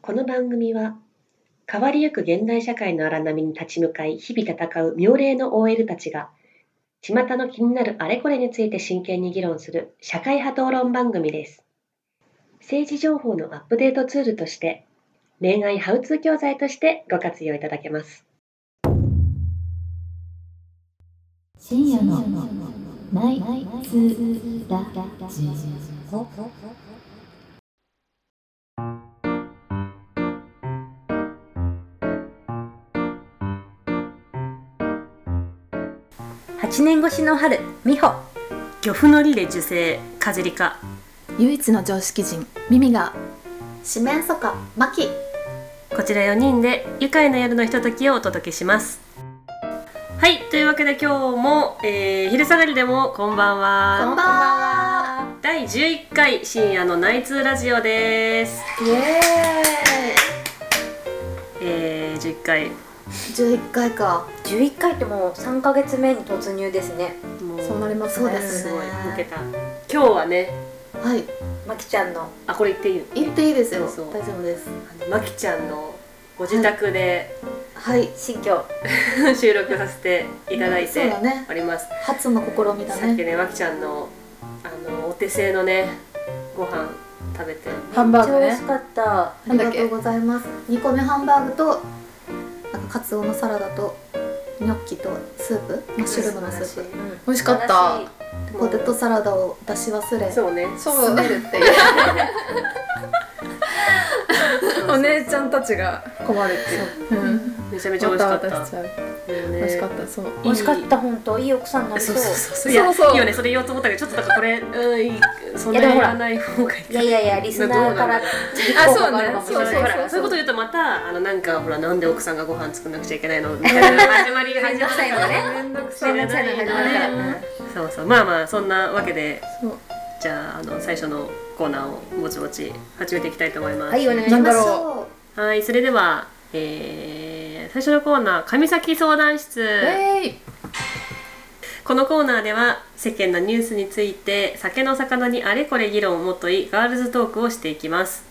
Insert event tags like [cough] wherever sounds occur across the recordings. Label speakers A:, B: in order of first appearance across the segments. A: この番組は変わりゆく現代社会の荒波に立ち向かい日々戦う妙齢の OL たちが巷の気になるあれこれについて真剣に議論する社会派討論番組です政治情報のアップデートツールとして恋愛ハウツー教材としてご活用いただけます
B: 深夜のナイツラジオ
C: 8年越しの春美穂
D: 漁夫のりで受精かじりか
E: 唯一の常識人ミミが
F: 四面楚歌マキ
D: こちら4人で愉快な夜のひとときをお届けしますはいというわけで今日も、えー昼下がりでもこんばんは
F: こんばんは
D: 第11回深夜のナイツラジオです
F: イエ
D: えー、11回
E: 十一回か
C: 11回ってもう3ヶ月目に突入ですね
D: も
E: そうなります
F: そう
E: ね
F: です
D: すごい抜けた今日はね
E: はい
C: まきちゃんの
D: あこれ言っていいの
E: 言っていいですよ
D: そうそう
E: 大丈夫です
D: あのまきちゃんのご自宅で、
E: はい
C: 新居
D: [laughs] 収録させていただい
E: そう
D: て
E: だね
D: おります
E: 初の試みだ
D: さっき
E: ね
D: ね、わきちゃんのあのお手製のねご飯食べて
E: ハンバ
C: 超美味しかった
E: ありがとうございます煮込みハンバーグとなんかカツオのサラダとニョッキとスープマッシュルームのスープ
C: う
E: 美味しか
D: 素
E: たポテトサラダを出し忘れ
D: そうね
B: そう
E: 滑るっていう
B: お姉ちゃんたちが困るっていう、うん、
D: めちゃめちゃ美
B: ま
D: 味したかっ
B: 渡
D: た
B: しちゃう
D: 美
B: 美味しかったそうん
C: ん美味しかった本当いい奥さんになり
D: そ
C: そうう
D: そうそうそうい
B: そ
D: や
B: うそう
D: いいよねそれ言おうと思ったけどちょっとなんかこれうんいいそんない
C: や
D: 言
C: でもほら
D: わない方がいい
C: いやいやいやリスナーから
D: ど
B: あそうね
C: 候補
B: そうそうそう
D: ほらそういうこと言うとまたあのなんかほらなんで奥さんがご飯作んなくちゃいけないのみたいな始まりが始まる
C: [laughs]
D: からね
C: めんどく
D: さいのね
C: めんどくさいの始まるか
D: そうそうまあまあそんなわけで
B: そう
D: じゃああの最初のコーナーをぼちぼち始めていきたいと思います
C: らはいお願いし
B: なん
C: ま
B: だ
C: す
B: ろ
D: はい、それでは、えー最初のコーナー「神崎相談室」
B: うえい
D: このコーナーでは世間のニュースについて酒の魚にあれこれ議論をもといガールズトークをしていきます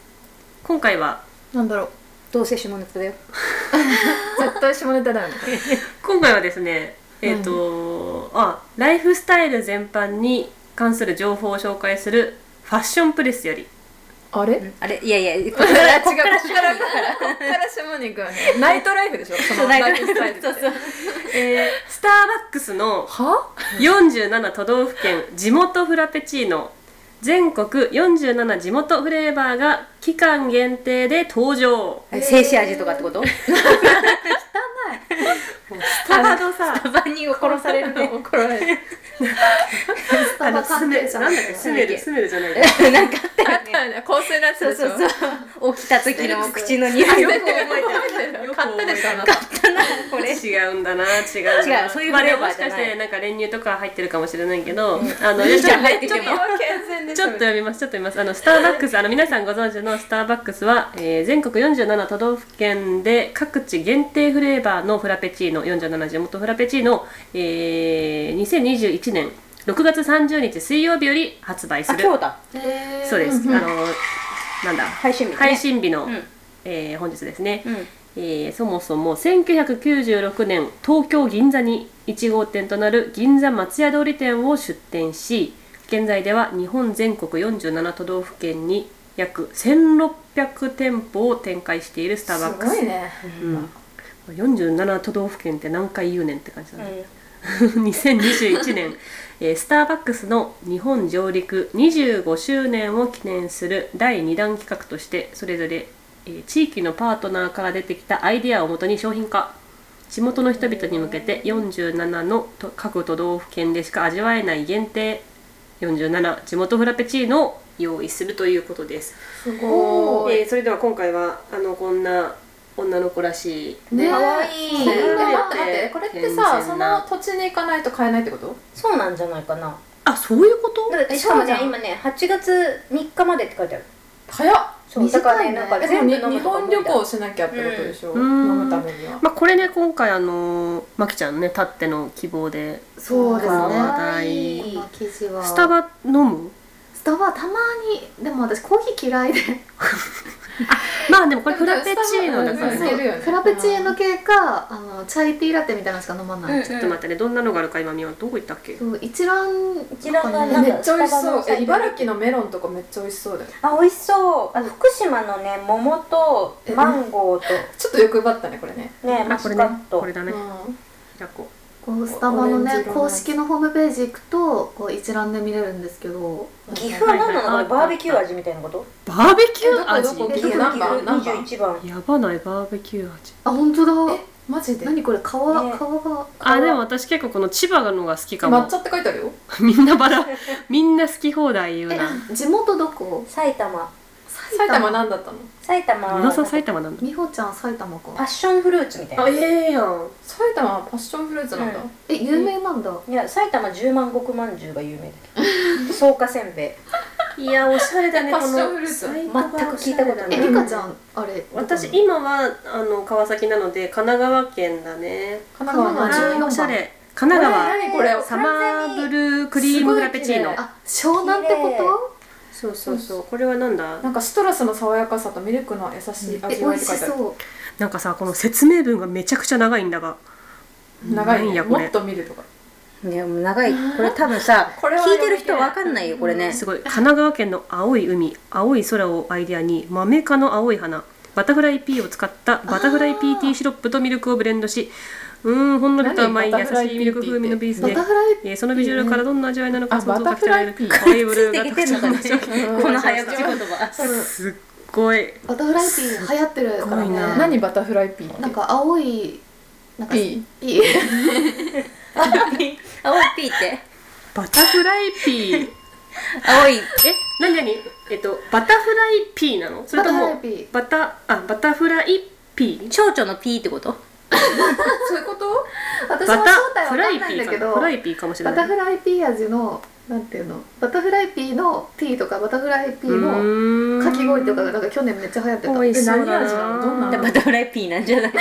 D: 今回は
B: なんだろう
C: どうせ下ネタだよ
B: 絶対下ネタだよね
D: 今回はですねえっ、と、あライフスタイル全般に関する情報を紹介するファッションプレスより
B: あれ
C: あれいや [laughs] いやこ
B: こ
C: こ
B: っ
C: か
B: からら
C: こ
B: 違
C: っ
B: うこっ
C: か
B: かららこっから下に行くよねナイトライフでしょそのライフスタイルって
D: えースターバックスの
B: は
D: 47都道府県地元フラペチーノ全国47地元フレーバーが期間限定で登場
C: 静止味とかって [laughs] こと
D: スタバのさ
C: バニーを殺されるの
B: 怒られる
E: スタ
D: あ
E: バ
D: のス
E: 関
D: メ
E: 係
D: ル
E: 者
D: なんだっけスメルスメルじゃない
C: なんかあったよね
B: 香水のやつ
C: そう
B: でしょ
C: そうそう起きた時の口の匂い
D: よ
C: を [laughs]
D: く覚えてる
C: こ [laughs] れ
D: 違うんだな違うな
C: 違うそういう
D: まあ
C: フレ
D: で
C: ー
D: も
C: バ
D: も
C: ー
D: し
C: じゃ
D: か
C: な
D: し
C: い
D: てなんか練乳とか入ってるかもしれないけどあのよし
C: [laughs] 入って
B: ちょっとは健全でし
D: ちょっと読みます、ちょっと読みます。あの、スターバックス、あの、皆さんご存知のスターバックスは、えー全国47都道府県で各地限定フレーバーのフラペチーノ、47地元フラペチーノを、えー、2021年6月30日水曜日より発売す
C: あ
D: る。
C: 今日だ
E: へー
D: そうです。あの、なんだ、
C: 配信日ね
D: 配信日の、
C: うん
D: えー本日ですね。
C: うん
D: えーそもそも1996年東京銀座に1号店となる銀座松屋通り店を出店し現在では日本全国47都道府県に約1600店舗を展開しているスターバック
B: す
D: ス
B: ごいね
D: うん47都道府県って何回言うねんって感じなんだけど2021年、えースターバックスの日本上陸25周年を記念する第2弾企画としてそれぞれ、えー地域のパートナーから出てきたアイデアをもとに商品化地元の人々に向けて47のと各都道府県でしか味わえない限定47地元フラペチーノを用意するということです、
B: すごい
D: えーそれでは今回はあのこんな女の子らしい
B: ね
C: かわ
B: え
C: い
B: こ
C: い
B: んな待って待ってこれってさ
D: 健
B: そ
D: 全な
B: の土地に行かないと買えないってこと
C: そうなんじゃないかな
D: あそういうこと
C: だからしかもね今ね8月3日までって書いてある
B: 早っ
C: そうだからねなんか
B: えで
C: 全
B: も
C: 部飲
B: に
C: む
B: 日
C: とか
B: 本
C: 無理
B: 旅
C: だ
B: 行しなきゃってことでしょ
D: うん
B: 飲むためには
D: まあ、これね今回あのーまきちゃんねたっての希望で
E: そうです
D: この
E: ね
D: 話題
E: この記事は
D: スタバ飲む
E: スタバたまにでも私コーヒー嫌いで
D: まああでもこれフラペチーノだか
E: そう
D: ら
E: そう
D: ね
E: フラペチーノ系かあのチャイティーラテみたいなのしか飲まない、
D: ちょっと待ってねどんなのがあるか今見ようどこ行ったっけ
E: そう一覧
G: 一覧がなんんか
E: なかね
B: めっちゃ美味しそうえ茨城のメロンとかめっちゃ美味しそうだよ
G: あ美味しそうあの福島のね桃とマンゴーと
B: ちょっと欲張ったねこれね
G: ねマ
D: あこ
G: ス
D: れ
G: カ
D: ね
G: ット
D: これだ
B: う
D: ね
B: ん
D: 開こう
E: こうスタバの
B: オレンジ
E: ね
B: 色の
E: 公式のホームページ行くとこう一覧で見れるんですけど
G: 岐阜は何なのこ
D: はいはい
G: れバーベキュー味みたいなこと
D: バーベキュー
B: え
D: 味
B: どこどこ
G: で
B: 岐
G: 岐
B: 阜
G: 阜
B: 何
G: 岐
B: 番
G: 阜
B: 何番
G: 21番
D: やばないバーベキュー味
E: あ本当だ
B: えマジで
E: 何これ皮皮が
G: ね
D: あでも私結構この千葉のが好きかも
B: 抹茶って書いてあるよ
D: みんなバラみんな好き放題言うな
E: え地元どこ
G: 埼玉
B: 埼玉何だったの
G: 埼玉は
D: 皆さん埼玉なんだ
E: 美穂ちゃん埼玉
G: パ
E: か
G: ッションフルーツみたいな
D: ええやん
B: 埼玉はパッションフルーツなんだ、
G: うん
E: え有名なんだ、
G: いや埼玉十万石まんじゅうが有名だけど [laughs] 草加せんべい
D: いやおしゃれだね
B: パ
D: こ
B: ッ
D: の
B: ションフルーツ
D: サイトがおしゃれだね
E: え
D: う
E: 美
D: ん
E: 香ちゃんあれ
D: 私
E: どこ
D: 今はあの川崎なので神奈川県だね
B: 神奈川
E: あ
B: の
E: ー
B: 14番
D: おしゃれ神奈川
B: 何これ
D: サマーブルークリームフラペチーノ
B: すご
E: あ湘
B: い綺麗
E: 南ってこ
D: そうそうそうこれはなんだ
B: なんかシトラスの爽やかさとミルクの優しい
E: とえ
B: 味
E: 美
B: わいっ
E: 味
B: て
E: し
B: 書いてある
E: そう
D: なんかさこの説明文がめちゃくちゃ長いんだが
B: 長い
D: なん
B: ね
D: やこ
B: も
D: れ
B: っと見るとか
G: いやもう長い [laughs] これ多分さ
B: これは
G: 聞いてる人わかんないよこれね
D: すごい神奈川県の青い海青い空をアイデアにマメ科の青い花バタフライピーを使ったバタフライピーティーシロップとミルクをブレンドしうーんほんのりと甘い
B: 何バタフラ
D: 優し
B: イピー
D: いミルク風味のビーズ
E: バ
D: で
E: タフライ
D: えーそのビジュアルからどんな味わいなのか
B: あ
D: 想像がきられる
B: バタフライ
D: カレ
B: ピー
D: ーブルー
G: つい
D: が
G: てき
D: 特
G: てん
D: 徴
G: のかね
D: の商品
G: この早口言葉 [laughs]
D: すっごい
E: バタフライピー流行ってるか
D: すご
E: ら
D: い
E: ね
D: な
B: 何バタフライピーって
E: なんか青いなんか
B: ピ
D: [laughs]
B: ー
E: いい
G: 青いピーって
D: バタフライピ
E: [laughs]
D: ー
G: 青いえ
D: 何何えっとバタフライピーなのそれと
E: バタ
D: も
E: フライピー
D: バタあバタフライピー
G: 蝶々のピーってこと
B: そういうこと
E: 私も
D: バ
E: 正
D: タ
E: 体
D: フ
E: わ
D: ラ
E: か
D: イ
E: んないん
D: ピー
E: だ
D: か
E: け
D: な
E: ど
D: フライピーかもしれ
E: バ
D: な
E: タ
D: い
E: フライピー味のなんていうのバタフライピーのティーとかバタフライピーのかき氷とかがなんか去年めっちゃ流行ってた
D: 美味しそう
B: え何味な
D: だ
B: のどんな
D: な
B: の
G: バタフライピーなんじゃない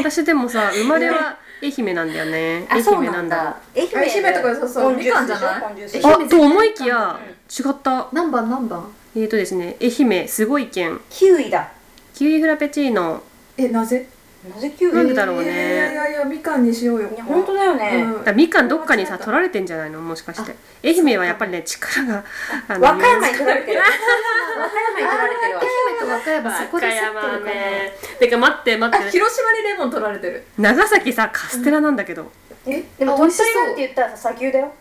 D: 私でもさ生まれは愛媛なんだよ
E: [laughs]
D: ね愛媛なんだ
G: 愛
B: 愛媛とかそうそうみかんじゃない
G: い
D: あと思いきや違った
E: 何番何番
D: えっとですね愛媛すごい県
G: キウイだ
D: キウイフラペチーノ
B: えなぜ
G: なぜキウイ
D: なんでだろうね
B: いやいやいやみかんにしようよ
G: いや本当だよね、
B: うん
D: だからみかんどっかにさ
B: 間違えた
D: 取られてんじゃないのもしかして愛媛はやっぱりね力があの
G: 和歌山に取られてる [laughs] 和歌山に取られてるわ
E: 愛媛と和歌山そこで競ってるか
D: 和
E: ら
D: 歌山ねてか待って待
B: あ
D: って
B: 広島にレモン取られてる
D: 長崎さカステラなんだけど
G: えでも
E: あ
G: 鳥
E: 美味しそう
G: 取なんて言ったらさ砂丘だよ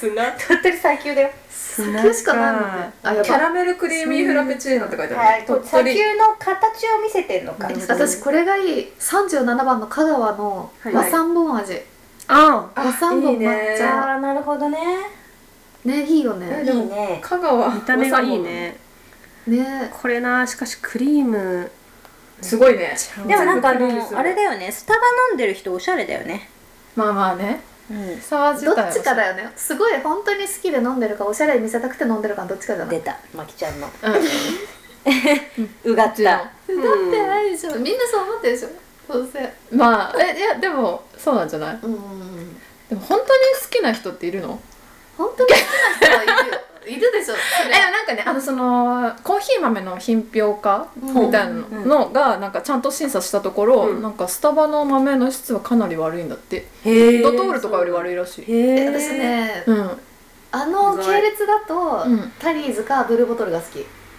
D: 砂
G: 鳥取砂丘だよ
D: 砂
E: 砂丘しかないもんねあや
B: キャ
E: ば
B: ラメルクリーミーフラペチーノって書いてあ
G: は
B: る
G: い
B: 鳥
G: 砂丘
B: 取
G: の形を見せてんのか
E: い私これがいい37番の香川の
D: はい
E: 和三本味
D: あ
E: 和三本
B: いいね
E: 抹茶
G: ああなるほどね
E: ねいいよ
G: い
E: ね
G: いね
B: 香川
D: あ見た目がいいね
E: ね
D: これなしかしクリーム
B: すごいね
G: でもなんかあ
B: 全部クリームする
G: のあれだよねスタバ飲んでる人おしゃれだよね
B: まあまあね
G: うん
B: 沢自
E: ど
B: 体
E: っ
B: は
E: ちかだよねすごい本当に好きで飲んでるかおしゃれに見せたくて飲んでるかどっちかじゃない
G: 出たまきちゃんの
B: うん
G: うがった
D: うん
E: ってないでしょみんなそう思ってるでしょどうせ
B: まあえいやでもそうなんじゃない
E: うん
B: でも本当に好きな人っているの
E: 本当に好きな人はいるよいるでしょそ
B: え
E: れ
B: なんかねあのそのコーヒー豆の品評家
E: うん
B: みたいなのがなんかちゃんと審査したところ、
D: うん
B: なんかスタバの豆の質はかなり悪いんだって、
D: へ
B: ドトールとかより悪いらしい
D: へ
E: え私ね
B: うん、あ
E: あの系列だと、
B: うん
E: タリーズかブルーボトルが好き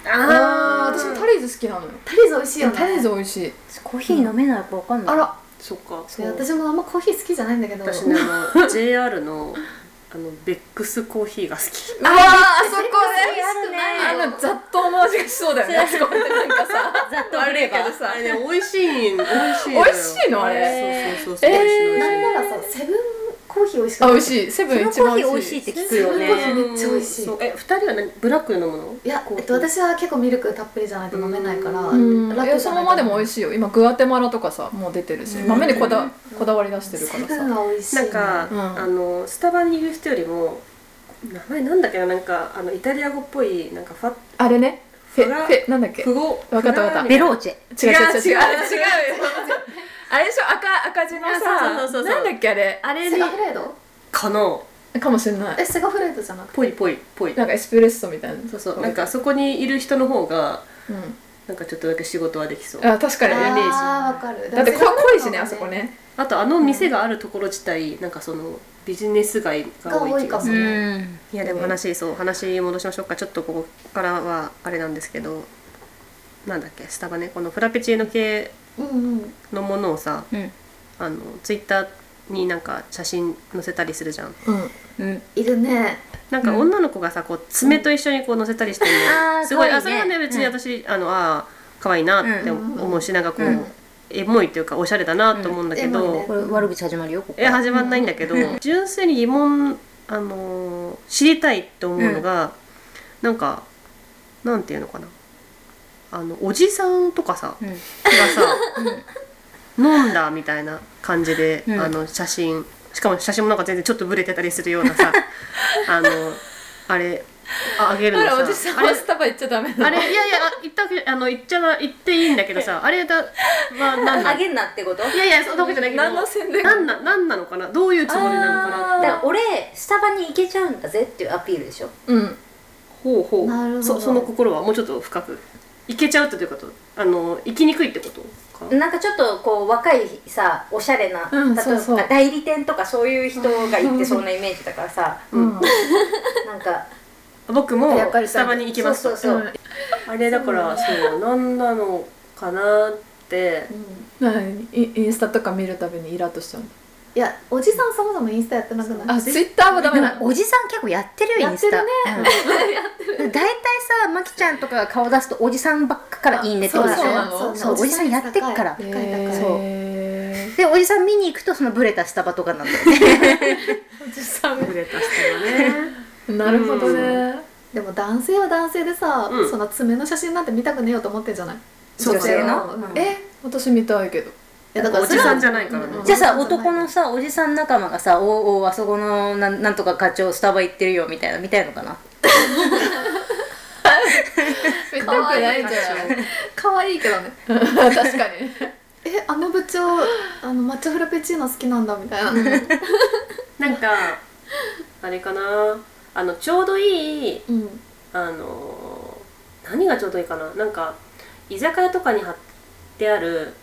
B: あ
D: あ
B: ー私
D: 私
B: も
D: も
B: タリーズ好きなのよ
E: タリーズ美味しいよね
B: タリーズ美味しい
G: コーヒー飲めないかわかんない
E: あら
D: そっか
E: いや私もあんまコーヒー好きじゃないんだけど
D: 私ねあの JR のあのベックスコーヒーが好き
B: うわーあそこ
G: 美味しくない
B: であのざっと思わしがしそうだよねあそこってなんかさ
G: ざっと
B: 悪いけど
D: あ
B: さ
D: れね美味しいん美味しい
B: 美味しいのあれ
D: そうそうそうそう美味しいの美味しいの
E: なんならさセブンコーヒー美味しく
B: あ
E: ない
B: 美味しいセブン一番
G: そのコーヒー美
B: 美
G: 味
B: 味
G: し
B: し
G: い
B: い
G: って聞くよね
E: セブンコーヒーめっちゃ美味しい
D: そうえ二人は何ブラックで飲むの
E: いや、えっと、私は結構ミルクたっぷりじゃないと飲めないから
B: うん
E: ラ
B: い
E: テ
B: や
E: じ
B: そ
E: ゃな
B: の
E: い
B: ままでも美味しいよ今グアテマラとかさもう出てるし豆にこだこだわり出してるか
E: セ
B: ら
E: ブ
B: さ
E: ンは美味しい
D: なんか、
B: うん
D: あのスタバにいる人よりも名前なんだっけななんかあのイタリア語っぽいなんかファ
B: あれねフェ
D: フラ
B: フェなんだっけ違う
D: フゴ
B: わかったわかった
D: フラー
G: ベ
D: み
G: ローチェ
B: 違う違う違う
D: 違う
B: 違うよあれでしょ赤赤字の
D: いや
B: さ
D: そうそうそうそう
B: なんだっけあれ
D: あれ
E: セ
D: に
E: ガフレード
D: かの
B: かもしれない
E: えセガフレートじゃなくて
D: ぽいぽいぽい
B: なんかエスプレッソみたいな
D: そうそうなんかそこにいる人の方が
B: うん
D: なんかちょっとだけ仕事はできそう
B: あ確かにね
D: イメージ
E: あーわかる
B: だって
E: で
B: こ
E: もセガフレート
B: 濃いし
E: の方
B: ね
E: が
B: あそこね
D: あとあの店があるところ自体なんかそのビジネス街が多い気がする
E: が多いかも
C: うん
D: いやでも話そう話戻しましょうかちょっとここからはあれなんですけどなんだっけスタバねこのフラペチーノ系
E: うんうん
D: のものをさ
C: うん
D: あのツイッターになんか写真載せたりするじゃん
B: うん
C: うん
E: いるね
D: なんか女の子がさこう爪と一緒にこう載せたりしてるの、
C: あー
D: すごい
C: 可愛い
D: あそ
C: ね
D: れはね別に私、あのあー可愛いなって思うし、なんかこう、
C: うん
D: エモいというかおしゃれだなと思うんだけど、
E: うんエモいね
C: これ悪口始まるよここ
D: え始まんないんだけど、純粋に疑問、あのー知りたいと思うのが、なんかなんていうのかなあのおじさんとかさ、
C: うん
D: がさ、飲んだみたいな感じで、
C: うん
D: あの写真しかも写真もなんか全然ちょっとブレてたりするような
B: [laughs]
D: さあのあれああげる
B: あ
D: の
B: れ
D: さ
B: おじさん
D: あれ
B: はスタバ行っちゃダメなの
D: あれいやいやあ言ったわけあの言っちゃな言っていいんだけどさあれだまあなんだ
G: あげんなってこと
D: いやいやそんなわけじゃないけど
B: 何の宣伝
D: なんななんなのかなどういうつもりなのかな
G: だ
D: っ
G: か
D: て
G: ら俺スタバに行けちゃうんだぜっていうアピールでしょ
B: うん
D: ほうほう
E: なるほど
D: そその心はもうちょっと深くいけちゃうということあの行きにくいってことか
G: なんかちょっとこう若いさおしゃれな、
B: う
G: 例
B: ん
G: えば
B: そうそう
G: 代理店とかそういう人が行ってそうなイメージだから
C: [laughs]
G: さ
D: うん
G: なんか
D: 僕も
B: やっぱり
D: ス
B: そう
D: タバに行きますと
G: そうそうそう、
D: あれだからそうなんなのかなって
B: 何インインスタとか見るたびにイラッとしちゃう
E: いやおじさんそもそもインスタやってなくない
B: あツイッターはダメ
C: で
B: な
C: もおじさん結構やってるよインスタ
B: や
C: うん大体さまきちゃんとかが顔出すとおじさんばっかからいいねって
B: そ
C: こ
B: う
C: と
B: な
C: でし
B: の
C: ょそうおじさんやってっから
E: 高い高い高い
B: へ
C: でおじさん見に行くとそのブレたスタバとかなんだよね
B: ーおじさん
D: 触れた人はね
C: [laughs]
B: なるほどね
E: でも男性は男性でさ、
D: うん
E: その爪の写真なんて見たくねえよと思ってんじゃない
D: そう
G: 女性の
E: 女の
G: うん
B: え私見たいけど
E: いやだ
D: おじさんじゃないからね
C: じゃあさ男のさおじさん仲間がさ「おうおうあそこのなんなんとか課長スタバ行ってるよ」みたいな見たいのかな
B: 見たくないじゃん
E: 可愛いけどね
B: [laughs] 確かに
E: えあの部長あの抹茶フラペチーノ好きなんだみたいな、
D: [laughs] なんかあれかなあのちょうどいい
E: うん
D: あの何がちょうどいいかななんか居酒屋とかに貼ってある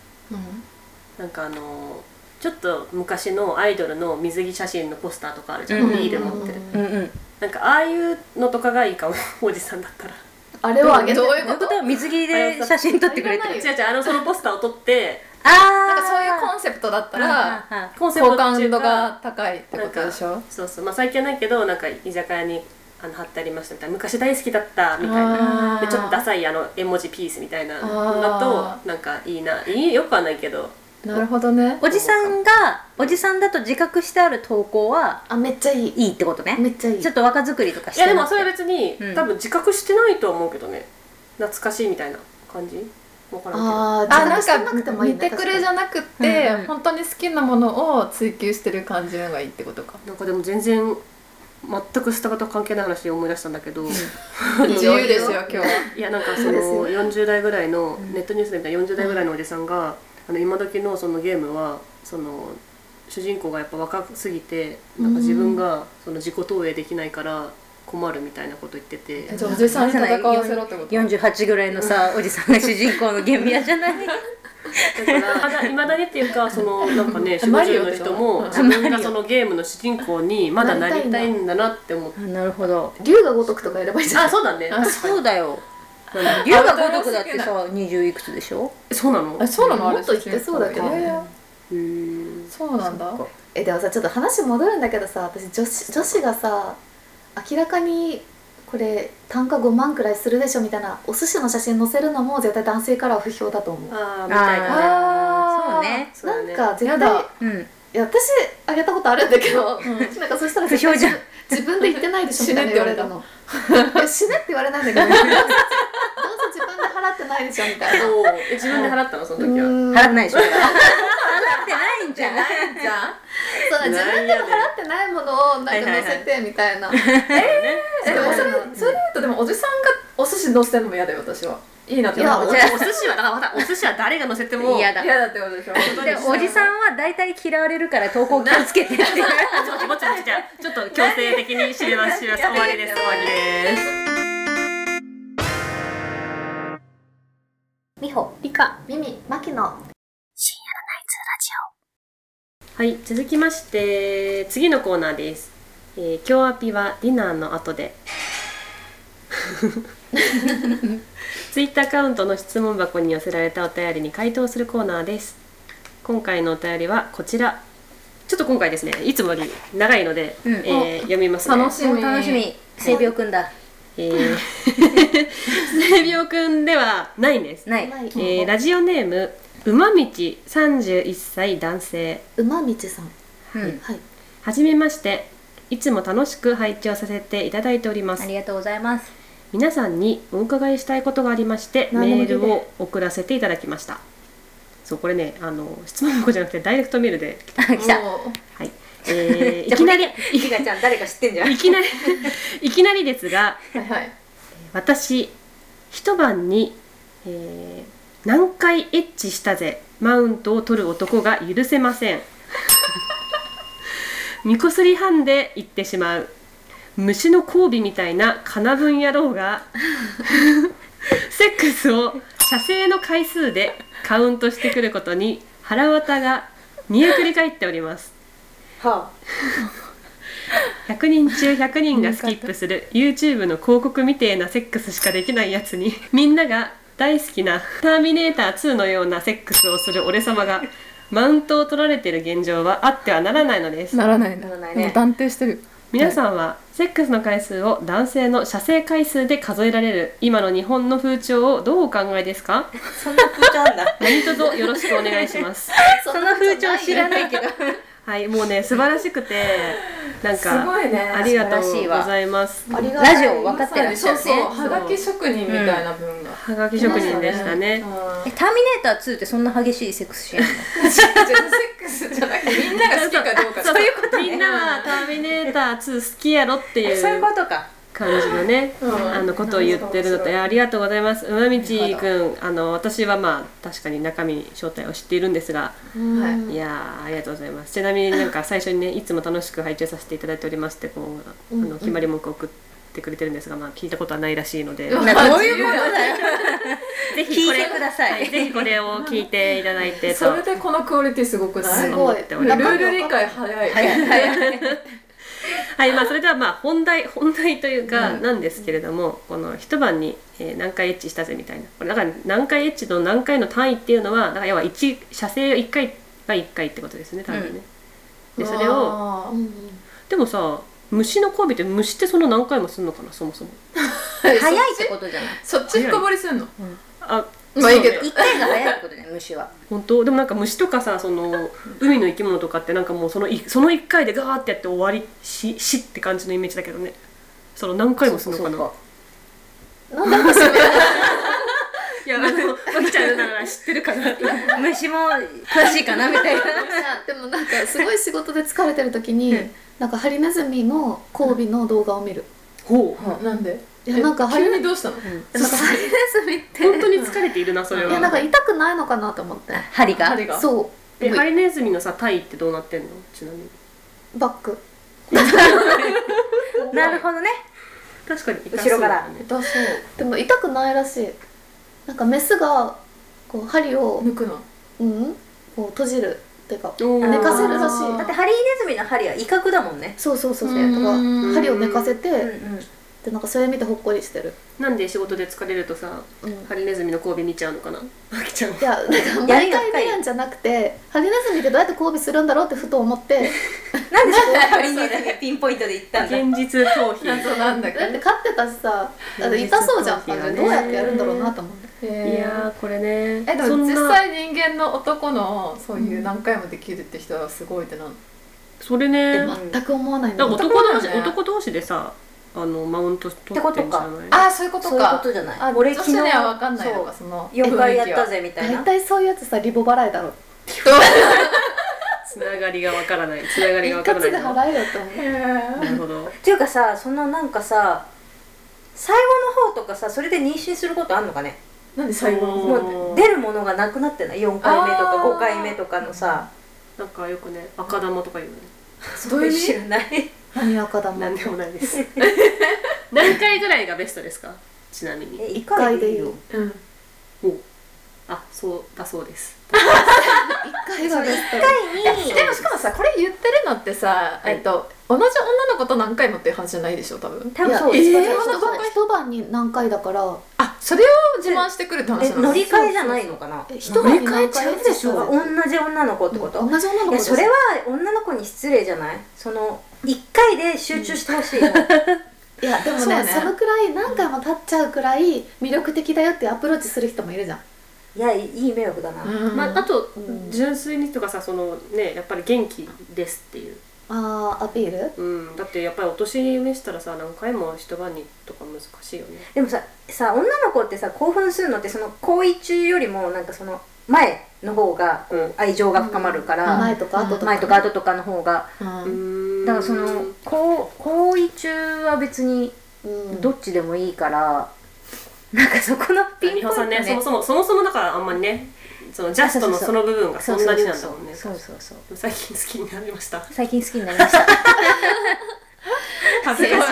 D: なんかあのちょっと昔のアイドルの水着写真のポスターとかあるじゃん、
C: うん
D: ビール持ってる
C: うんうん
D: なんかああいうのとかがいいかもおじさんだったら
E: あれはあげて
B: どう
C: と
B: いう
C: い
B: こ
C: う
B: と
C: ことは水着で写真撮ってくれて
D: 違う
C: る
D: 違うあのそのポスターを撮って
C: あ
B: な
C: あ
B: んかそういうコンセプトだったら
C: ら
D: コンセプ
B: 好
D: トっていう
B: 感度
D: か
B: が高いってことでしょ
D: そうそうまあ最近はないけどなんか居酒屋にあの貼ってありましたみたいな昔大好きだったみたいな
B: あ
D: でちょっとダサいあの絵文字ピースみたいなのだ
B: あ
D: となんかいいないいよくはないけど
B: ーなるほどね
C: おじさんがおじさんだと自覚してある投稿は
E: あめっちゃいい
C: いいってことね
E: めっちゃいい
C: ちょっと若作りとか
D: い
C: して
D: やで
C: な
D: も
C: く
D: それは別に、
C: うん
D: 多分自覚してないとは思うけどね懐かしいみたいな感じわからんけど
E: あー
B: あ
E: 自
B: な
E: 覚して
B: ん
E: なくて
B: か
E: もいい
B: 見
E: ね
B: てくれじゃなくて、
C: うんうん
B: 本当に好きなものを追求してる感じのがいいってことか
D: なんかでも全然全くスタバと関係ない話で思い出したんだけ
B: [laughs]
D: ど
B: 自由ですよ今日はい
D: やなんかそ
E: そうです
D: の
E: よ
D: 40代ぐらいのネットニュースで見た40代ぐらいのおじさんが、あの今時のそのゲームはその主人公がやっぱ若すぎてなんか自分がその自己投影できないから困るみたいなこと言ってて、
B: えじゃあおじさんに戦わせろってこと
C: 48ぐらいのさおじさんが主人公のゲーム屋じゃない
D: だからいまだにっていうかそのなんかね
B: マリオ
D: 40の
B: でしょ
D: 人も
B: うん
D: 自分がそのゲームの主人公にまだなりたいんだなって思って
C: [laughs] あなるほど
E: 龍が如くとかやればいいじゃん
D: あそうだね
B: あ
C: そうだよ龍が如くだってさ20いくつでしょ
D: そうなの
B: あそうなのあれ
E: もっと言ってそうだけど
B: いやいや
D: うーん
B: そうなんだ
E: えでもさちょっと話戻るんだけどさ私女子女子がさ明らかにこれ単価5万くらいするでしょみたいなお寿司の写真載せるのも絶対男性からは不評だと思う
D: あーみたいなね
C: あーそうね
D: そう
E: な
D: だ
E: ん
D: ね
E: か絶
B: や
E: 対
B: だ
C: うん
E: いや私あげたことあるんだけど、 [laughs] なんかそしたら
C: 不評じゃん
E: 自分で言ってないでしょみたいな言われたのいや死ねって言われないんだけどどうせ自分で払ってないでしょみたいな
D: そうえ自分で払ったのその時は
E: うん
C: 払って [laughs] ないでしょ払ってないんじゃん
B: じゃん
E: そう自分でも払ってないものをなんか載せてみたいな、
D: え
B: えでもそれそれ言うとでもおじさんがお寿司乗せてるのも嫌だよ私はいいなっ
E: い
B: て
E: や
B: 思
E: お
B: う
E: じ
D: お寿司はだからまたお寿司は誰が乗せても
C: 嫌だ
B: 嫌だってことでしょ
C: でおじさんは大体嫌われるから投稿気をつけてっていう
D: ちょっとぼちぼちじゃあちょっと強制的に知ります知ります終わりです終わりです
F: みほ
D: 理科
F: みみまきの
D: [laughs] はい続きまして次のコーナーですえー、今日アピはディナーの後で [laughs] ツイッターアカウントの質問箱に寄せられたお便りに回答するコーナーです今回のお便りはこちらちょっと今回ですねいつもより長いので、
C: うん
D: えー読みますね
B: 楽し
C: もう
B: み
C: 楽しみ性病くんだ
D: えー、性病くんではないんです、
C: ない
E: ない
D: えー、ラジオネーム馬道31歳男性
E: 馬道さん
C: うん
E: はい
D: はじめましていつも楽しく拝聴させていただいておりま
C: あ
D: す
C: りがとうございます
D: 皆さんにお伺いしたいことがありまして
E: 何でも
D: メ
E: 聞い
D: ー
E: て
D: ルを送らせていただきましたそうこれねあの質問箱じゃなくてダイレクトメールで、
C: あ来た
B: もう
D: はいえーいきなり
C: リカちゃん誰か知ってんじゃん
D: いきなりいきなりですが
B: はいはい
D: 私一晩に、えー何回エッチしたぜマウントを取る男が許せません [laughs] みこすりハンで言ってしまう虫の交尾みたいなカナブン野郎が [laughs] セックスを射精の回数でカウントしてくることに腹渡が煮えくり返っております
G: は
D: 100人中100人がスキップする YouTube の広告みてえなセックスしかできないやつにみんなが大好きな「ターミネーター2」のようなセックスをする俺様がマウントを取られてる現状はあってはならないのです
B: ならないな
C: ならないね
B: もう断定してる
D: 皆さんはセックスの回数を男性の射精回数で数えられる今の日本の風潮をどうお考えですか
C: そんな風潮あんだ
D: [laughs] 何卒よろしくお願いします
C: その風潮知らないけど
D: はいもうね素晴らしくてなん
B: す
D: か
B: いね
D: ありがと
C: 素晴らし
D: う
C: い
D: ご
C: わ
D: ざいます
B: ありが
C: ラジオ分かってらっしゃるね
B: そうそうはがき職人みたいな分が、
D: はがき職人でしたね
B: うん
C: えターミネーター2ってそんな激しいセックスシーンなの
B: じゃあセックスじゃなくてみんなが好きかどうか
D: そういうこと、みんなは「ターミネーター2」好きやろってい
C: そういう
D: う
C: ことか
D: 感じのね、
B: うん
D: あのことを言ってるのと
B: 面白い
D: いやありがとうございます馬道君あの私はまあ確かに中身正体を知っているんですが、
B: はい
D: いやーありがとうございますちなみになんか最初にね「いつも楽しく拝聴させていただいております」ってこう、あの決まり文句を送ってくれてるんですが、まあ、聞いたことはないらしいので。
B: うん
C: な
B: あ
C: どういうことだよ
D: ぜ
C: 聞
D: ひこ
C: い
D: れ
C: てください
D: ぜひこれを聞いていただいて
B: そ
D: と
B: れでこのクオリティすごくない
E: す
B: ル
E: ごい
D: 思っております
B: ール理解早い
D: はいまあ、それではまあ本題本題というかなんですけれども、この一晩に、えー何回エッチしたぜみたいなこれだから何回エッチの何回の単位っていうのはだから要は一射精1回が1回ってことですね多分ね。でそれを
B: あ
E: う
B: ー
E: ん
D: でもさ虫の交尾って虫ってそんな何回もするのかなそもそも。
C: 早いってことじゃない
B: そっち深掘りすんの
D: あ
B: まあいいけど
C: 一回が早いってことね虫は
D: 本当でもなんか虫とかさその海の生き物とかってなんかもうそのいその1回でガーってやって終わりし死って感じのイメージだけどねその何回もするのかな
C: そうか
E: なんだかしら
D: いやあのマキちゃんなら知ってるかなって。
C: 虫も詳しいかなみたいな
E: でもなんかすごい仕事で疲れてる時になんかハリネズミの交尾の動画を見る
D: ほう
B: なんで
E: いやなんかハリ
B: 急
E: ネ
B: に
E: ズ
B: どうしたの
E: ミハリネズミっ
D: [laughs]
E: て
D: 本当に疲れているなそれ
E: い
D: は。
E: やなんか痛くないのかなと思って
C: [laughs] 針が
B: 針が
E: そ
D: えハリネズミのさ体位ってどうなってんのちなみに。
E: うバック
C: なるほどね
D: 確かに痛
G: 後ろから
D: だね
B: 痛そう
E: でも痛くないらしいなんかメスがこう針を、
B: 抜くの
E: うん、こう閉じるっていうか
D: おー
E: 寝かせるらし
B: あー
E: い
C: だってハリネズミの針は威嚇だもんね
E: そうそうそうそう
B: うーん
E: だから針を寝かせて、
C: うんうん
E: でなんかそれ見てほっこりしてる、
D: なんで仕事で疲れるとさ
E: うん、い
D: ハリネズミの交尾見ちゃうのかな。マキちゃんは。
E: やなんか
C: やり
E: 毎
C: が
E: 回
C: 深い
E: 見るんじゃなくてハリネズミってどうやって交尾するんだろうってふと思って
C: なんでそこはハリネズミピンポイントで行ったんだ
D: 現実逃避。
B: [laughs] 謎なんだけ
E: だって
B: ど
E: 飼ってたしさだって痛そうじゃん
D: そうですよね
E: どうやってやるんだろうなと思って
D: い
B: へー
D: やーこれね。
B: えで
D: そ
B: も
D: んな
B: 実際人間の男のそういう何回もできるって人はすごいってなの
D: それね。だか
E: 全く思わない
D: ら
E: の
D: 男同士
B: 男だよね
D: 男同士でさあのマウント取ってんじゃない。
B: ああそういうこと
C: そういうこ
B: か
C: とじゃない
B: あ
C: 俺
B: 女
C: 昨
B: 子
C: 日
B: には分かんない
C: そ
B: の
C: う
B: かその
C: 4回やったぜみたい
E: 大
C: な
E: 体そういうやつさリボ払いだろ
D: つながりがわからない。つながり
E: 一
D: がわから
E: 括
D: な
E: で
D: いの。
E: 払えよって思う
B: 雰囲気は
D: なるほど。
C: っていうかさそのなんかさ最後の方とかさそれで妊娠することあんのかね
B: なんで最後に
D: も
C: もう出るものがなくなってない4回目とか
B: あー
C: 5回目とかのさ
D: なんかよくね赤玉とか言うよね
B: どういう意
C: 知
B: 味
C: らない
E: 何赤だも
D: なん
E: ん
D: でもないです [laughs] 何回ぐらいがベストですかちなみに
C: 1
E: 回でいいよ
B: うん
D: あそうだそうです
E: 手がベスト
B: でもしかもさこれ言ってるのってさ、
D: はい
B: えっと、同じ女の子と何回もっていう話じゃないでしょ多分
C: 多分そう
E: い
C: です
E: や
B: えー
E: 一晩一晩に何回だから
B: あそれを自慢してくるって話
C: え
B: なの
C: 乗り換えじゃないのかな
E: え一晩に何回
C: 乗り換えちゃうでしょ
E: 同
C: 同じ女の子ってこと、
E: じ女の子
C: いや
E: です
C: それは女の子に失礼じゃないその1回で集中してほしい、 [laughs] もう
E: いやでもね
B: そう
E: そ
B: ね
E: のくらい何回も経っちゃうくらい魅力的だよってアプローチする人もいるじゃん
C: いやいい迷惑だな、
B: うん
D: まあ、あと
E: ん
D: 純粋にとかさそのねやっぱり元気ですっていう、
E: あーアピール
D: うん、だってやっぱりお年召したらさ何回も一晩にとか難しいよね
C: でもささ女の子ってさ興奮するのってその行為中よりもなんかその前の方がこう
D: うん
C: 愛情が深まるから、
E: 前とか後とか
C: 前とか後とかの方が
E: うん
D: うん
C: だからその行行為中は別に
E: うん
C: どっちでもいいから、なんかそこのピン
D: 美
C: ポ
D: 穂
C: イント
D: さんねそ
C: ね
D: もそもそもそもだからあんまりねそのジャストの
C: そうそうそ
D: その
C: う
D: 部分がそんなになんだ
C: そう
D: もんね
C: そうそうそう
D: 最近好きになりました
C: 最近好きになりました
D: [laughs] 恥ずかしい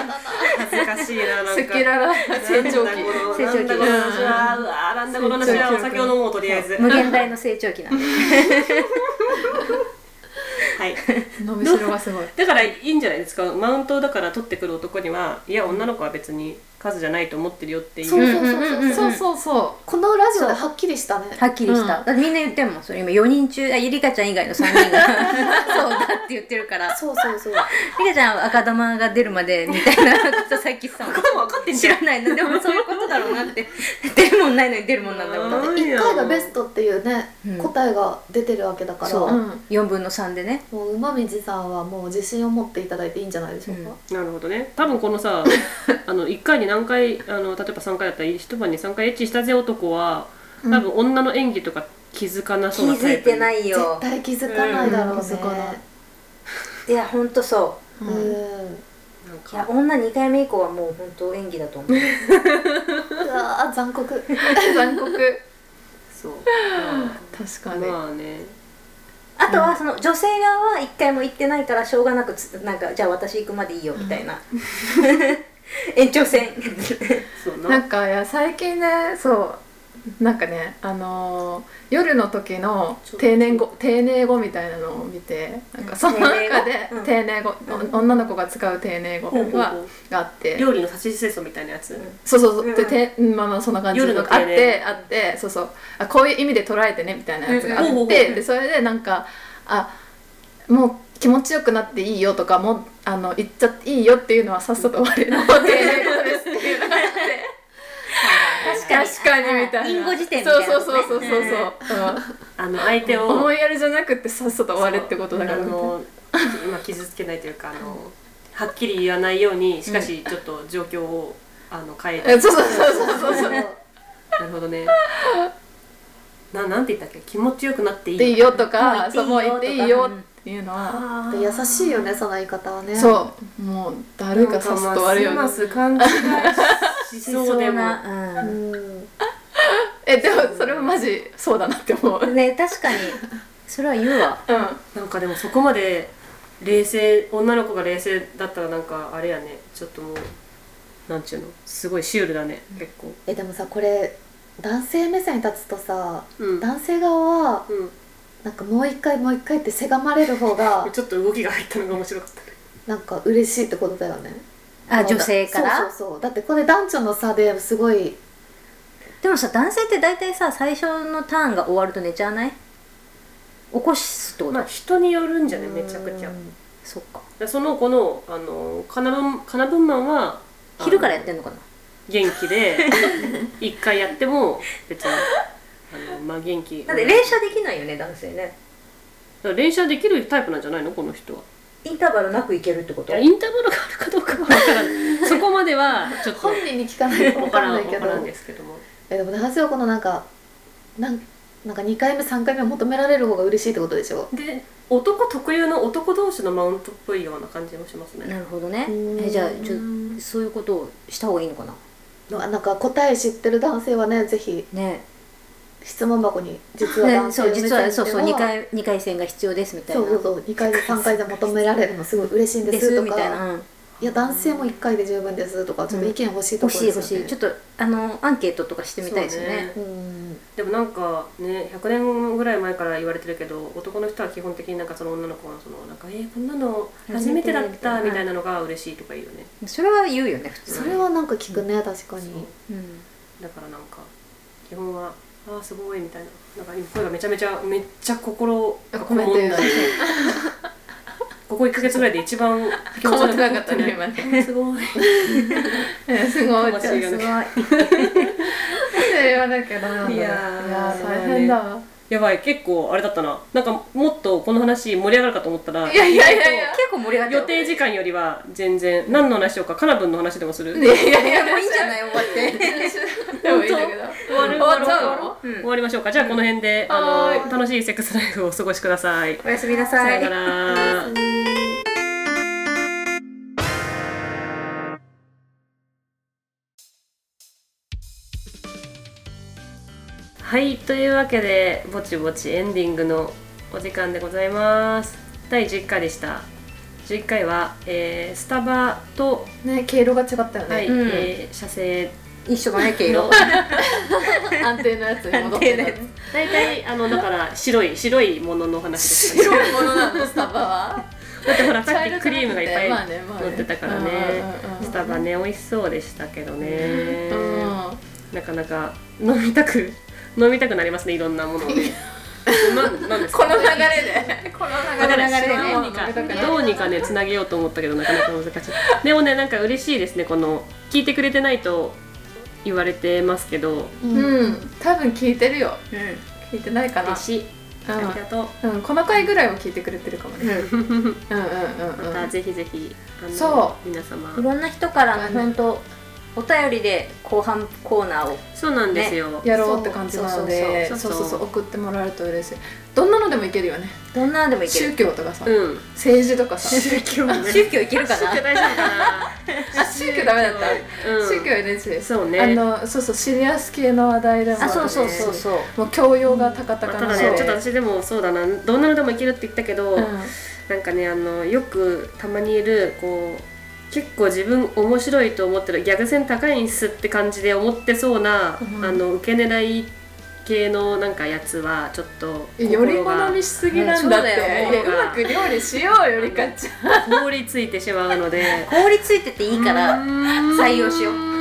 D: 恥ずかしいななん
B: セ
D: か
B: キュララ成長期
C: 成長
D: なんだこ
C: 期
D: の話はうわなんだこの話はお酒を飲もうとりあえず
C: 無限大の成長期なんで
D: はい
B: 伸びしろがすごい
D: だからいいんじゃないですかマウントをだから取ってくる男にはいや女の子は別に数じゃないと思ってるよっていう
E: そうそうそうそう,、
C: うんうんうん
B: そうそうそ
E: このラジオではっきりしたね
C: はっきりした、
B: うん
C: だってみんな言ってんもんそれ今4人中あゆりかちゃん以外の3
D: [laughs]
C: 人がそうだって言ってるから
E: そうそうそう
C: [laughs] ゆりかちゃんは赤玉が出るまでみたいなことさっきさ
D: でも分かってん
C: 知
D: じゃん
C: らないのでもそういうことだろうなって [laughs] 出るもんないのに出るもんなんだろうなって
E: 1回がベストっていうね、
C: うん
E: 答えが出てるわけだから
C: そう
B: う、うん、
C: 4分の3でね
E: もう馬道さんはもう自信を持っていただいていいんじゃないでしょうか、
D: なるほどね多分このさあの1回に何回あの例えば3回だったら一晩に3回エッチしたぜ男は多分女の演技とか気づかな
C: 気
D: そうなタ
C: づ
D: イ
C: い
D: プ
C: てない
E: 絶
C: よ
E: 対気づかないだろう
C: う
E: ね、
C: んいやほんとそ
E: うん
D: なん
C: ういや
D: か
C: 女2回目以降はもう本当演技だと思う
E: うわー残酷
B: 残酷
D: そう
B: 確かに、
D: まあね
C: あとはその女性側は一回も行ってないからしょうがなくつなんかじゃあ私行くまでいいよみたいな、 [laughs] 延長戦
D: そうな
B: なんかいや最近ねそうなんかねあのー夜の時の定年後定年語みたいなのを見てなんかその中で
C: うん
B: 定年語、お女の子が使う定年語
D: ほうほう
B: は
D: ほう
B: があって
D: 料理の差し清掃みたいなやつ、
B: そうそうそう、
C: う
B: で
C: ん
B: てまあまあそんな感じ
D: 夜
B: の
D: の
B: あっ
D: 定例
B: てあってそうそうあこういう意味で捉えてねみたいなやつがあって、
D: うんうん
B: でそれでなんかあもう気持ちよくなっていいよとかもうあの言っちゃっていいよっていうのはさっさと終わりの定例語ですっていうのがあって。
C: 確かに
B: 確かにみたいな
C: 隠語辞典みたいな
B: そうそうそうそうそうそう、
D: あの相手
B: う
D: を
B: ん、思いやりじゃなくてさっさと終わるってことだから
D: あの今傷つけないというかあのはっきり言わないようにしかしちょっと状況をあの変え
B: え
D: て
B: そうそうそうそうそうそう
D: なるほどねななんて言ったっけ気持ちよくなっていい
B: でいいよとかそうも
C: も
B: う
C: う言っ
B: 言っ
C: てて
B: い
C: い
B: い
C: いよ
B: よ
C: とか
B: っていうのは、
D: あ
E: [laughs] で優しいよねその言い方はね
B: そうもうだるいからさっさと終わるよ、ね
D: なんかますます勘違いしそうでも
C: な、
E: うん
B: えでもそれもマジそうだなって思う
C: うん、 [laughs] ね確かにそれは言う [laughs] わ
B: うん
D: なんかでもそこまで冷静女の子が冷静だったらなんかあれやねちょっともうなんちゅうのすごいシュールだね結構
E: えでもさこれ男性目線に立つとさ
D: うん、
E: 男性側は
D: う
E: なんかもう一回もう一回ってせがまれる方が
D: ん、ちょっと動きが入ったのが面白かった
E: なんか嬉しいってことだよね
C: あ女性から
E: そうそうそうだってこれ男女の差ですごい
C: でもさ男性って大体さ最初のターンが終わると寝ちゃわない起こすってこと、
D: まあ人によるんじゃねめちゃくちゃ
E: うん
C: そっか
D: でその子のあのカナブンカナブンマンは
C: 昼からやって
D: る
C: んのかな
D: 元気で [laughs] 一回やっても別にあのまあ元気
C: だって連射できないよね男性ね
D: うん連射できるタイプなんじゃないのこの人は
C: インターバルなくいけるってこ
D: い
C: と
D: やインターバルがあるかどうかは分からないそこまではちょっと
E: 本人に聞かないと分
D: 分
E: か
D: から
E: ら
D: ん
E: ないけ
D: 分
E: ど
D: からんですけども
E: えでも男性はこのなんかなんなんか2回目3回目求められる方が嬉しいってことでしょ
D: で男特有の男同士のマウントっぽいような感じもしますね
C: なるほどね
E: うん
C: えじゃあちょそういうことをした方がいいのかな
B: なんか答え知ってる男性はねぜひ
C: ね
B: 質問箱に実は
C: ね
B: 男性
C: そう
B: を
C: 実はそうそう
B: 目
C: 2
B: 指しては
C: 回二回戦が必要ですみたい
B: そ
C: な
B: うそうそう2回で3回で求められるのすごい嬉しいんで
C: ですす
B: と
C: み
B: か
C: たいな、うん
B: いや男性も1回で十分ですとかちょっと意見欲しいと
C: 欲
B: こ
C: し
B: ろ
C: い
B: で
C: 欲
B: す
C: し
B: よ
C: い
B: ね
C: ちょっとあのアンケートとかしてみたいですよね
D: そう
B: うん
D: でもなんかね100年ぐらい前から言われてるけど男の人は基本的になんかその女の子のそのなんか「えーこんなの初めてだった」みたいなのが嬉しいとか言うよね
C: それは言うよね普通
B: それはなんか聞くね確かに
C: うん
D: だからなんか基本は「ああすごい」みたいななんか今声がめちゃめちゃめっちゃ心がこもんない
B: 込め [laughs] て
D: ここ1か月ぐらいで一番気
B: こ
D: 持
B: も
D: ち
B: ってなかったね今ね
D: すごい
B: すごい
D: 魂
B: すごい
D: がね
B: 言わなきゃダメ
D: いや
B: なんだ
D: ー
B: いやー大変だわ
D: やばい結構あれだったななんかもっとこの話盛り上がるかと思ったら
B: いやいやいやいや
C: 結構盛り上がった
D: 予定時間よりは全然何の話しようかかなぶんの話でもする、
B: いやいやいや
C: もういいんじゃない終わって
B: でもいいんだけど
D: 終わる
B: 終わっちゃうの
C: うん
D: 終わりましょうかじゃあこの辺で、
B: は
D: あ
B: ー
D: の
B: い
D: 楽しいセックスライフをお過ごしください
C: おやすみな
D: さ
C: さ
D: よ
C: い
D: ならはいというわけでぼちぼちエンディングのお時間でございます第11回でした11回は、えースタバと、
B: ね毛色が違ったよ
D: はい
B: ね
C: うん
D: えー射精
C: 一緒だね毛色
D: の
B: 安定のやつに戻ってた
C: 安定の
D: 大体あのだから白い白いものの話ですよね
B: 白いものな [laughs] のスタバは
D: だってほらさっきクリームがいっぱい
B: まあねまあね
D: 乗ってたからね
B: うんうんうん
D: スタバね美味しそうでしたけどね
B: うん
D: なかなか飲みたく飲みたくなりますねいろんなものをねななんです
B: こ
D: か
B: の流れでこの
D: わかんない
B: 流れ
D: どうにかどうにかねつなげようと思ったけどなかなか難しいでもねなんか嬉しいですねこの聞いてくれてないと言われてますけど
B: うん多分聞いてるよ
C: う
B: 聞いてないかな
D: 嬉しいありがとう
B: うんうんこの回ぐらいは聞いてくれてるかもね
C: んうん
B: うんうんう
D: [laughs] ま
B: んう
D: た
B: ん
D: ぜひぜひあの
B: そ
D: 皆様
C: いろんな人から本当お便りで後半コーナーを
D: そうなんですよ、
B: やろうって感じなので
D: そ
B: そうう
D: そ
B: そうう
D: そう
B: そう送ってもらえると嬉しいどんなのでもいけるよね
C: どんなのでもいけ
B: 宗
C: る
B: 教とかさ
D: うん
B: 政治とかさ
D: 教ね
C: [laughs] 宗教いけるかな
D: 宗教大丈夫かな
B: あ宗教ダメだった
D: た、うん、
B: 宗教 NG
D: そうね
B: あのそうそうシリアス系の話題でも
C: あ
B: るし
C: そうそうそうそう
B: もう教養が高
D: まあ
B: 々
D: ただ
B: なの
D: ね
B: で
D: ちょっと私でもそうだなどんなのでもいけるって言ったけど、
B: うん
D: なんかねあのよくたまにいるこう結構自分面白いと思ってるギャグ線高いんすって感じで思ってそうな、
B: うん
D: あの受け狙い系のなんかやつはちょっと
B: えより
D: 心
B: 好
D: が
B: みしすぎなんだって、
C: うんそうだよ
B: いやうまく料理しようよりかちゃん
D: 凍りついてしまうの
C: [laughs]
D: で
C: 凍りついてていいから採用しよう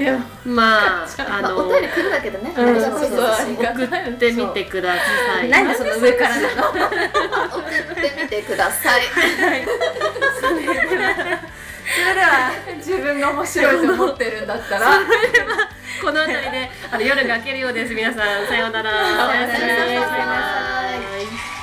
B: いや
D: まああ
H: まあ、
D: の
H: お便り来るだけでね、
B: うん
H: ありが
B: そ
H: と
B: う
H: う
B: そ
H: ご
B: う
H: ざいます
B: [laughs] ありがたい
D: 送ってみてください。
C: 何でその上からな [laughs] の
H: 送ってみてください。
B: 自分が面白いと思ってるんだったら
D: この辺りであの夜が明けるようです皆さんさようなら。
B: おやすみなさい
D: さようなら